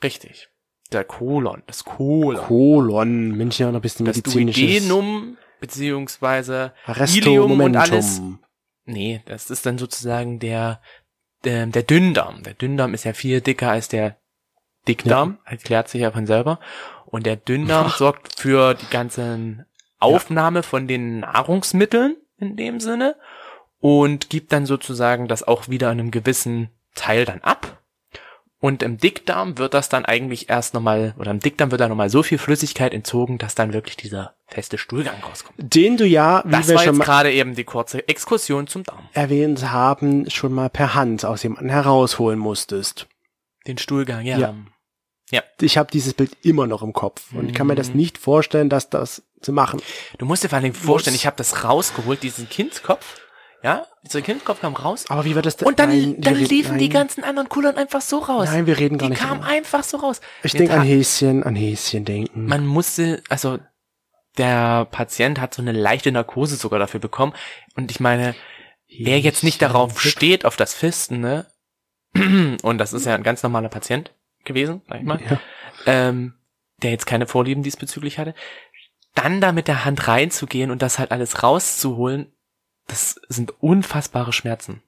Speaker 2: Richtig. Der Kolon, das Kolon.
Speaker 1: Kolon. Mensch, ja, noch ein bisschen
Speaker 2: das
Speaker 1: medizinisches.
Speaker 2: Duodenum, beziehungsweise
Speaker 1: Resto
Speaker 2: Ilium und alles.
Speaker 1: Momentum.
Speaker 2: Nee, das ist dann sozusagen der, der, der Dünndarm. Der Dünndarm ist ja viel dicker als der Dickdarm, erklärt sich ja von selber. Und der Dünndarm sorgt für die ganzen Aufnahme von den Nahrungsmitteln in dem Sinne und gibt dann sozusagen das auch wieder in einem gewissen Teil dann ab. Und im Dickdarm wird das dann eigentlich erst nochmal, oder im Dickdarm wird dann nochmal so viel Flüssigkeit entzogen, dass dann wirklich dieser feste Stuhlgang rauskommt.
Speaker 1: Den du ja, wie
Speaker 2: Das
Speaker 1: wir
Speaker 2: war
Speaker 1: schon
Speaker 2: jetzt
Speaker 1: mal
Speaker 2: gerade eben die kurze Exkursion zum Darm.
Speaker 1: erwähnt haben, schon mal per Hand aus jemandem herausholen musstest.
Speaker 2: Den Stuhlgang, ja.
Speaker 1: Ja.
Speaker 2: Ja.
Speaker 1: Ich habe dieses Bild immer noch im Kopf und ich kann mir das nicht vorstellen, dass das zu machen.
Speaker 2: Du musst dir vor allen Dingen vorstellen, ich habe das rausgeholt, diesen Kindskopf. Ja, dieser Kindskopf kam raus.
Speaker 1: Aber wie wird das denn?
Speaker 2: Und dann,
Speaker 1: Nein, wir
Speaker 2: dann
Speaker 1: reden-
Speaker 2: liefen die
Speaker 1: nein.
Speaker 2: ganzen anderen Kulon einfach so raus.
Speaker 1: Nein, wir reden gar
Speaker 2: die
Speaker 1: nicht genau.
Speaker 2: kamen
Speaker 1: darüber.
Speaker 2: einfach so raus.
Speaker 1: Ich
Speaker 2: Wir
Speaker 1: denke an
Speaker 2: tra-
Speaker 1: Häschen, an Häschen denken.
Speaker 2: Man musste, also der Patient hat so eine leichte Narkose sogar dafür bekommen. Und ich meine, wer jetzt nicht
Speaker 1: Häschen,
Speaker 2: darauf
Speaker 1: Fick.
Speaker 2: steht, auf das Fisten, ne? Und das ist ja ein ganz normaler Patient gewesen, sag ich mal,
Speaker 1: Ja.
Speaker 2: ähm, der jetzt keine Vorlieben diesbezüglich hatte. Dann da mit der Hand reinzugehen und das halt alles rauszuholen, das sind unfassbare Schmerzen.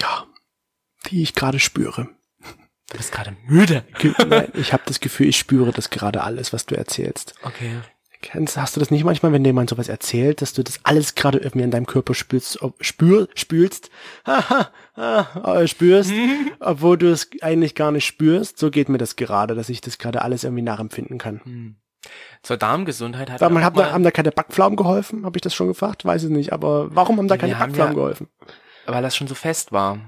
Speaker 1: ja, die ich gerade spüre.
Speaker 2: Du bist gerade müde.
Speaker 1: Ge- Nein, ich habe das Gefühl, ich spüre das gerade alles, was du erzählst.
Speaker 2: Okay.
Speaker 1: Kennst, hast du das nicht manchmal, wenn dir jemand sowas erzählt, dass du das alles gerade irgendwie in deinem Körper spürst, ob, spür, spürst, haha, ah, äh, spürst, obwohl du es eigentlich gar nicht spürst? So geht mir das gerade, dass ich das gerade alles irgendwie nachempfinden kann.
Speaker 2: Hm. Zur Darmgesundheit hat
Speaker 1: Warum
Speaker 2: mir
Speaker 1: haben
Speaker 2: auch
Speaker 1: da, haben da keine Backpflaumen geholfen? Habe ich das schon gefragt? Weiß ich nicht. Aber warum haben da
Speaker 2: Wir
Speaker 1: keine
Speaker 2: haben
Speaker 1: Backpflaumen
Speaker 2: ja-
Speaker 1: geholfen?
Speaker 2: weil das schon so fest war.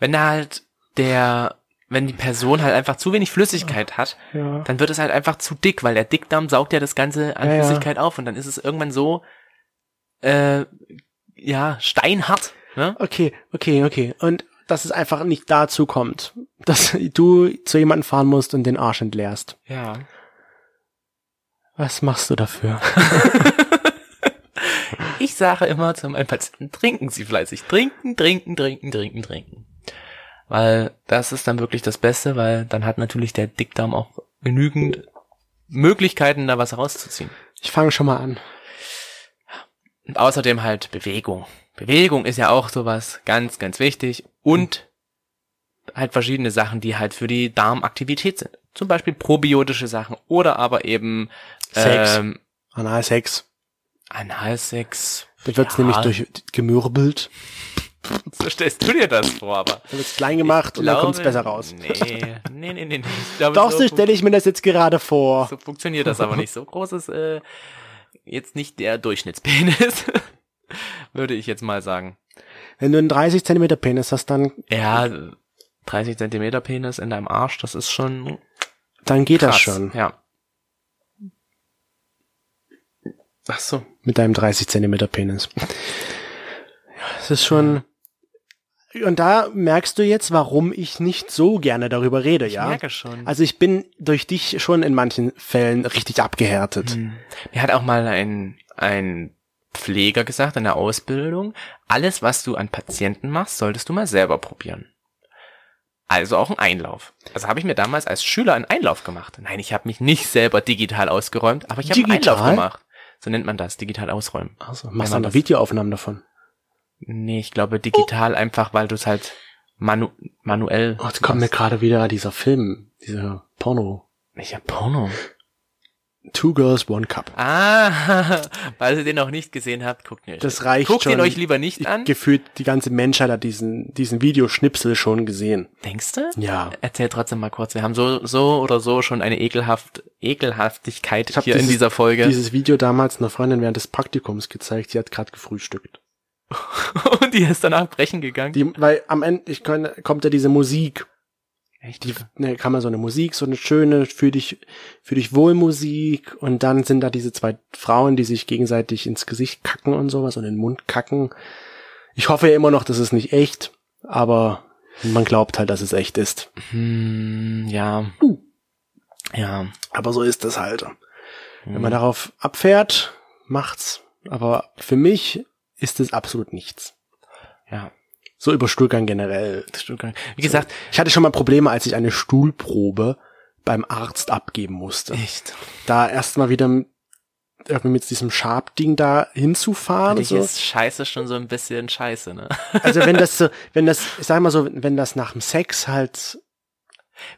Speaker 2: Wenn da halt der, wenn die Person halt einfach zu wenig Flüssigkeit hat,
Speaker 1: Ja.
Speaker 2: dann wird es halt einfach zu dick, weil der Dickdarm saugt ja das Ganze an
Speaker 1: Ja, ja.
Speaker 2: Flüssigkeit auf und dann ist es irgendwann so, äh, ja, steinhart. Ne?
Speaker 1: Okay, okay, okay. Und dass es einfach nicht dazu kommt, dass du zu jemandem fahren musst und den Arsch entleerst.
Speaker 2: Ja.
Speaker 1: Was machst du dafür?
Speaker 2: Ich sage immer zu meinen Patienten, trinken Sie fleißig. Trinken, trinken, trinken, trinken, trinken. Weil das ist dann wirklich das Beste, weil dann hat natürlich der Dickdarm auch genügend Möglichkeiten, da was rauszuziehen.
Speaker 1: Ich fange schon mal an.
Speaker 2: Und außerdem halt Bewegung. Bewegung ist ja auch sowas ganz, ganz wichtig. Und halt verschiedene Sachen, die halt für die Darmaktivität sind. Zum Beispiel probiotische Sachen oder aber eben
Speaker 1: Sex.
Speaker 2: Ähm,
Speaker 1: Analsex.
Speaker 2: Analsex.
Speaker 1: Da wird's
Speaker 2: Ja.
Speaker 1: nämlich durch gemürbelt,
Speaker 2: So stellst du dir das vor, aber.
Speaker 1: da wird's klein gemacht und dann kommt's besser raus.
Speaker 2: Nee, nee, nee, nee. nee. Ich glaube,
Speaker 1: Doch,
Speaker 2: so,
Speaker 1: so
Speaker 2: fun-
Speaker 1: stelle ich mir das jetzt gerade vor.
Speaker 2: so funktioniert das aber nicht. So groß ist äh, jetzt nicht der Durchschnittspenis. Würde ich jetzt mal sagen.
Speaker 1: Wenn du einen 30 Zentimeter Penis hast, dann,
Speaker 2: Ja, 30 Zentimeter Penis in deinem Arsch, das ist schon
Speaker 1: dann geht
Speaker 2: krass.
Speaker 1: das schon.
Speaker 2: Ja. Ach so.
Speaker 1: Mit deinem 30 Zentimeter Penis. Ja, es ist schon. Und da merkst du jetzt, warum ich nicht so gerne darüber rede,
Speaker 2: Ich
Speaker 1: ja?
Speaker 2: merke schon.
Speaker 1: Also ich bin durch dich schon in manchen Fällen richtig abgehärtet.
Speaker 2: Hm. Mir hat auch mal ein, ein Pfleger gesagt in der Ausbildung, alles, was du an Patienten machst, solltest du mal selber probieren. Also auch ein Einlauf. Also habe ich mir damals als Schüler einen Einlauf gemacht. Nein, ich habe mich nicht selber digital ausgeräumt, aber ich habe einen
Speaker 1: Digital?
Speaker 2: Einlauf gemacht. So nennt man das, digital ausräumen.
Speaker 1: Also, machst
Speaker 2: Ja,
Speaker 1: du
Speaker 2: das-
Speaker 1: da Videoaufnahmen davon?
Speaker 2: Nee, ich glaube digital einfach, weil du es halt manu manuell.
Speaker 1: Oh, jetzt kommt mir gerade wieder dieser Film, dieser Porno.
Speaker 2: Welcher Porno?
Speaker 1: Two Girls, One Cup.
Speaker 2: Ah, weil ihr den noch nicht gesehen habt, guckt ihn euch.
Speaker 1: Das reicht
Speaker 2: guckt ihn
Speaker 1: schon.
Speaker 2: euch lieber nicht
Speaker 1: Ich,
Speaker 2: an.
Speaker 1: gefühlt die ganze Menschheit hat diesen, diesen Videoschnipsel schon gesehen.
Speaker 2: Denkst du?
Speaker 1: Ja.
Speaker 2: Erzähl trotzdem mal kurz. Wir haben so, so oder so schon eine ekelhaft, Ekelhaftigkeit
Speaker 1: hab
Speaker 2: hier in
Speaker 1: dieses-
Speaker 2: dieser Folge.
Speaker 1: Dieses Video damals einer Freundin während des Praktikums gezeigt, die hat gerade gefrühstückt.
Speaker 2: Und die ist danach brechen gegangen.
Speaker 1: Die, weil am Ende ich kann, kommt ja diese Musik.
Speaker 2: Echt?
Speaker 1: Die, ne, kann man so eine Musik, so eine schöne, für dich, für dich wohl Musik. Und dann sind da diese zwei Frauen, die sich gegenseitig ins Gesicht kacken und sowas und in den Mund kacken. Ich hoffe ja immer noch, das ist nicht echt, aber man glaubt halt, dass es echt ist.
Speaker 2: Hm, ja.
Speaker 1: Uh.
Speaker 2: Ja.
Speaker 1: Aber so ist das halt. Wenn man
Speaker 2: Hm.
Speaker 1: darauf abfährt, macht's. Aber für mich ist es absolut nichts.
Speaker 2: ja.
Speaker 1: So über Stuhlgang generell.
Speaker 2: Stuhlgang. Wie gesagt,
Speaker 1: Ich hatte schon mal Probleme, als ich eine Stuhlprobe beim Arzt abgeben musste.
Speaker 2: echt.
Speaker 1: Da erstmal wieder m- irgendwie mit diesem Sharp-Ding da hinzufahren.
Speaker 2: Finde
Speaker 1: und
Speaker 2: ich
Speaker 1: So.
Speaker 2: ist scheiße schon so ein bisschen scheiße, ne?
Speaker 1: Also wenn das so, wenn das, ich sag mal so, wenn das nach dem Sex halt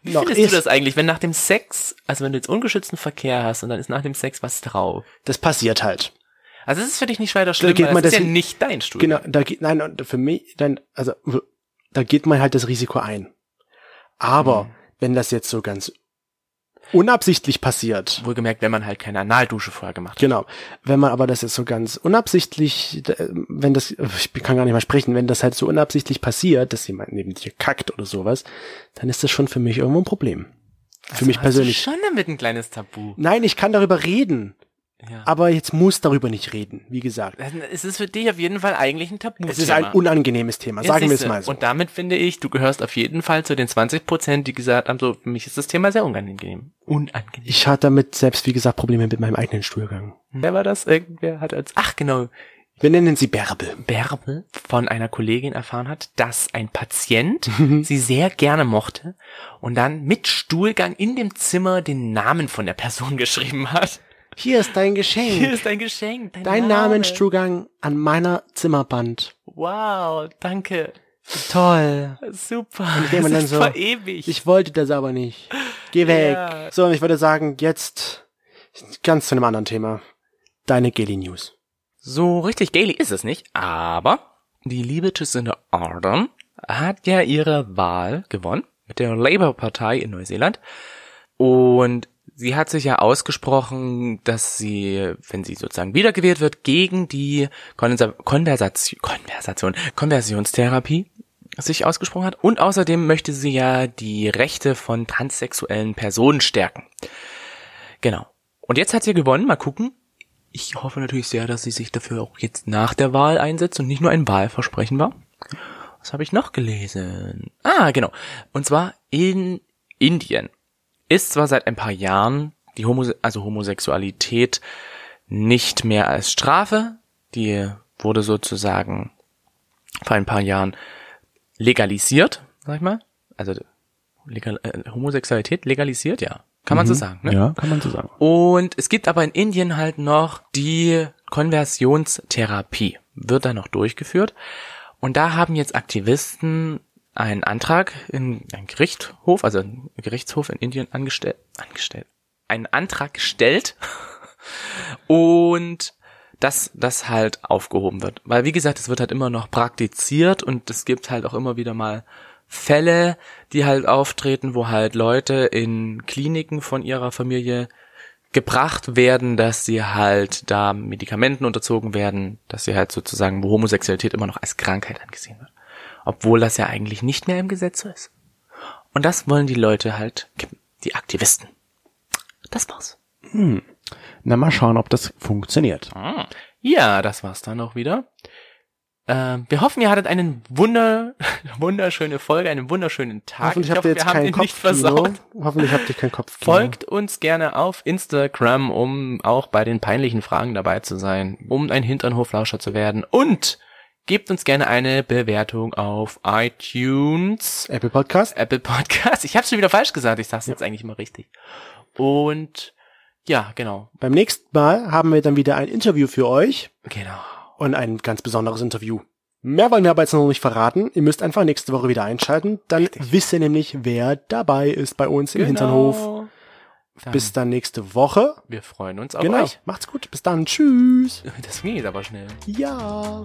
Speaker 2: Wie
Speaker 1: noch
Speaker 2: findest
Speaker 1: ist,
Speaker 2: du
Speaker 1: das?
Speaker 2: das eigentlich, wenn nach dem Sex, also wenn du jetzt ungeschützten Verkehr hast und dann ist nach dem Sex was drauf?
Speaker 1: passiert halt.
Speaker 2: Also es ist für dich nicht weiter schlimm,
Speaker 1: geht
Speaker 2: weil
Speaker 1: man
Speaker 2: das ist
Speaker 1: das-
Speaker 2: ja nicht dein Stuhl.
Speaker 1: Genau, da geht, nein, und für mich, dann, also, da geht man halt das Risiko ein. Aber
Speaker 2: Mhm.
Speaker 1: wenn das jetzt so ganz unabsichtlich passiert,
Speaker 2: Wohlgemerkt, wenn man halt keine Analdusche vorher gemacht hat.
Speaker 1: Genau. Wenn man aber das jetzt so ganz unabsichtlich, d- wenn das, ich kann gar nicht mal sprechen, wenn das halt so unabsichtlich passiert, dass jemand neben dir kackt oder sowas, dann ist das schon für mich irgendwo ein Problem. Für mich persönlich.
Speaker 2: Also Hast du schon damit ein kleines Tabu.
Speaker 1: Nein, ich kann darüber reden,
Speaker 2: Ja.
Speaker 1: aber jetzt muss darüber nicht reden, wie gesagt.
Speaker 2: Dann ist es für dich auf jeden Fall eigentlich ein Tabu.
Speaker 1: Es ist ein unangenehmes Thema,
Speaker 2: Ja,
Speaker 1: sagen wir es
Speaker 2: siehste.
Speaker 1: mal so.
Speaker 2: Und damit finde ich, du gehörst auf jeden Fall zu den 20 Prozent, die gesagt haben, so, für mich ist das Thema sehr unangenehm. Unangenehm.
Speaker 1: Ich hatte damit selbst, wie gesagt, Probleme mit meinem eigenen Stuhlgang.
Speaker 2: Wer war das? Irgendwer hat als, ach genau,
Speaker 1: Wir nennen sie Bärbel.
Speaker 2: Bärbel von einer Kollegin erfahren hat, dass ein Patient sie sehr gerne mochte und dann mit Stuhlgang in dem Zimmer den Namen von der Person geschrieben hat.
Speaker 1: Hier ist dein Geschenk.
Speaker 2: Hier ist dein Geschenk. Dein,
Speaker 1: Hm. dein
Speaker 2: Name.
Speaker 1: Namenstuhlgang an meiner Zimmerband.
Speaker 2: Wow, danke.
Speaker 1: Toll.
Speaker 2: Super.
Speaker 1: geht man
Speaker 2: Das
Speaker 1: dann
Speaker 2: ist
Speaker 1: so-
Speaker 2: verewigt.
Speaker 1: Ich wollte das aber nicht. Geh weg.
Speaker 2: Ja.
Speaker 1: So, und ich würde sagen, jetzt ganz zu einem anderen Thema. Deine Geli News.
Speaker 2: So richtig Gaily ist es nicht, aber die liebe Jacinda Ardern hat ja ihre Wahl gewonnen mit der Labour-Partei in Neuseeland und sie hat sich ja ausgesprochen, dass sie, wenn sie sozusagen wiedergewählt wird, gegen die Konsa Konversation, Konversation, Konversionstherapie sich ausgesprochen hat und außerdem möchte sie ja die Rechte von transsexuellen Personen stärken. Genau. Und jetzt hat sie gewonnen, mal gucken, ich hoffe natürlich sehr, dass sie sich dafür auch jetzt nach der Wahl einsetzt und nicht nur ein Wahlversprechen war. Was habe ich noch gelesen? Ah, genau. Und zwar in Indien ist zwar seit ein paar Jahren die Homo also Homosexualität nicht mehr als Strafe, die wurde sozusagen vor ein paar Jahren legalisiert, sag ich mal. Also legal äh, Homosexualität legalisiert, ja. Kann man so sagen, ne?
Speaker 1: Ja, kann man so sagen.
Speaker 2: Und es gibt aber in Indien halt noch die Konversionstherapie, wird da noch durchgeführt. Und da haben jetzt Aktivisten einen Antrag in einen Gerichtshof, also einen Gerichtshof in Indien angestellt, angestellt, einen Antrag gestellt und dass das halt aufgehoben wird. Weil wie gesagt, es wird halt immer noch praktiziert und es gibt halt auch immer wieder mal Fälle, die halt auftreten, wo halt Leute in Kliniken von ihrer Familie gebracht werden, dass sie halt da Medikamenten unterzogen werden, dass sie halt sozusagen, wo Homosexualität immer noch als Krankheit angesehen wird. Obwohl das ja eigentlich nicht mehr im Gesetz so ist. Und das wollen die Leute halt kippen, die Aktivisten. Das war's.
Speaker 1: Na, mal schauen, ob das funktioniert.
Speaker 2: Ah, Ja, das war's dann auch wieder. Ähm, wir hoffen, ihr hattet einen wunder wunderschöne Folge, einen wunderschönen Tag.
Speaker 1: Hoffentlich
Speaker 2: ich
Speaker 1: habt ihr
Speaker 2: hoffe,
Speaker 1: jetzt
Speaker 2: wir haben
Speaker 1: keinen
Speaker 2: ihn nicht
Speaker 1: Kopfkino.
Speaker 2: versaut.
Speaker 1: Hoffentlich habt ihr keinen Kopfkino.
Speaker 2: Folgt uns gerne auf Instagram, um auch bei den peinlichen Fragen dabei zu sein, um ein Hinternhoflauscher zu werden und gebt uns gerne eine Bewertung auf iTunes,
Speaker 1: Apple Podcast.
Speaker 2: Apple Podcast. Ich habe schon wieder falsch gesagt, ich sag's jetzt eigentlich immer richtig. Und ja, genau,
Speaker 1: Beim nächsten Mal haben wir dann wieder ein Interview für euch
Speaker 2: genau.
Speaker 1: und ein ganz besonderes Interview. Mehr wollen wir aber jetzt noch nicht verraten. Ihr müsst einfach nächste Woche wieder einschalten. Dann wisst ihr nämlich, wer dabei ist bei uns im Hinternhof.
Speaker 2: Genau. Dann,
Speaker 1: Bis dann nächste Woche.
Speaker 2: wir freuen uns auf
Speaker 1: genau.
Speaker 2: euch.
Speaker 1: Macht's gut. Bis dann. Tschüss.
Speaker 2: Das ging jetzt aber schnell.
Speaker 1: Ja.